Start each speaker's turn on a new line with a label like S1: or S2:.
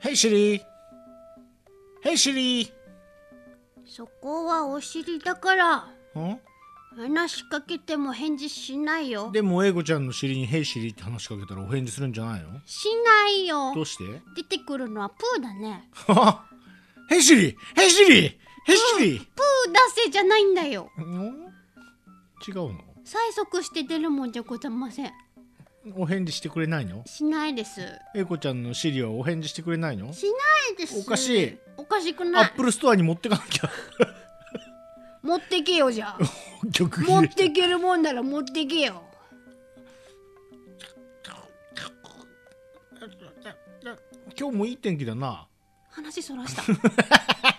S1: ヘイシリーヘイシリ
S2: そこはお尻だから
S1: ー
S2: 話しかけても返事しないよ
S1: ん。でも英子ちゃんの尻にヘイシリーって話しかけたらお返事するんじゃないの
S2: しないよ
S1: ど。うして
S2: 出てくるのはプーだね。
S1: ははヘイシリーヘイシリーヘイシリ
S2: プー出せじゃないんだよ。
S1: ー、ん違うの
S2: 催促して出るもんじゃございません。
S1: お返事してくれないの
S2: しないです。な
S1: 英子ちゃんの尻はお返事してくれないの
S2: いです。
S1: おかしい。
S2: おかしく
S1: ア
S2: ない
S1: ッ。プルストアに持ってかな きゃ
S2: 持ってけよじゃあ。
S1: 曲
S2: 持ってけるもんなら持ってけよ。
S1: 今日もいい天気だな
S2: 話そらした。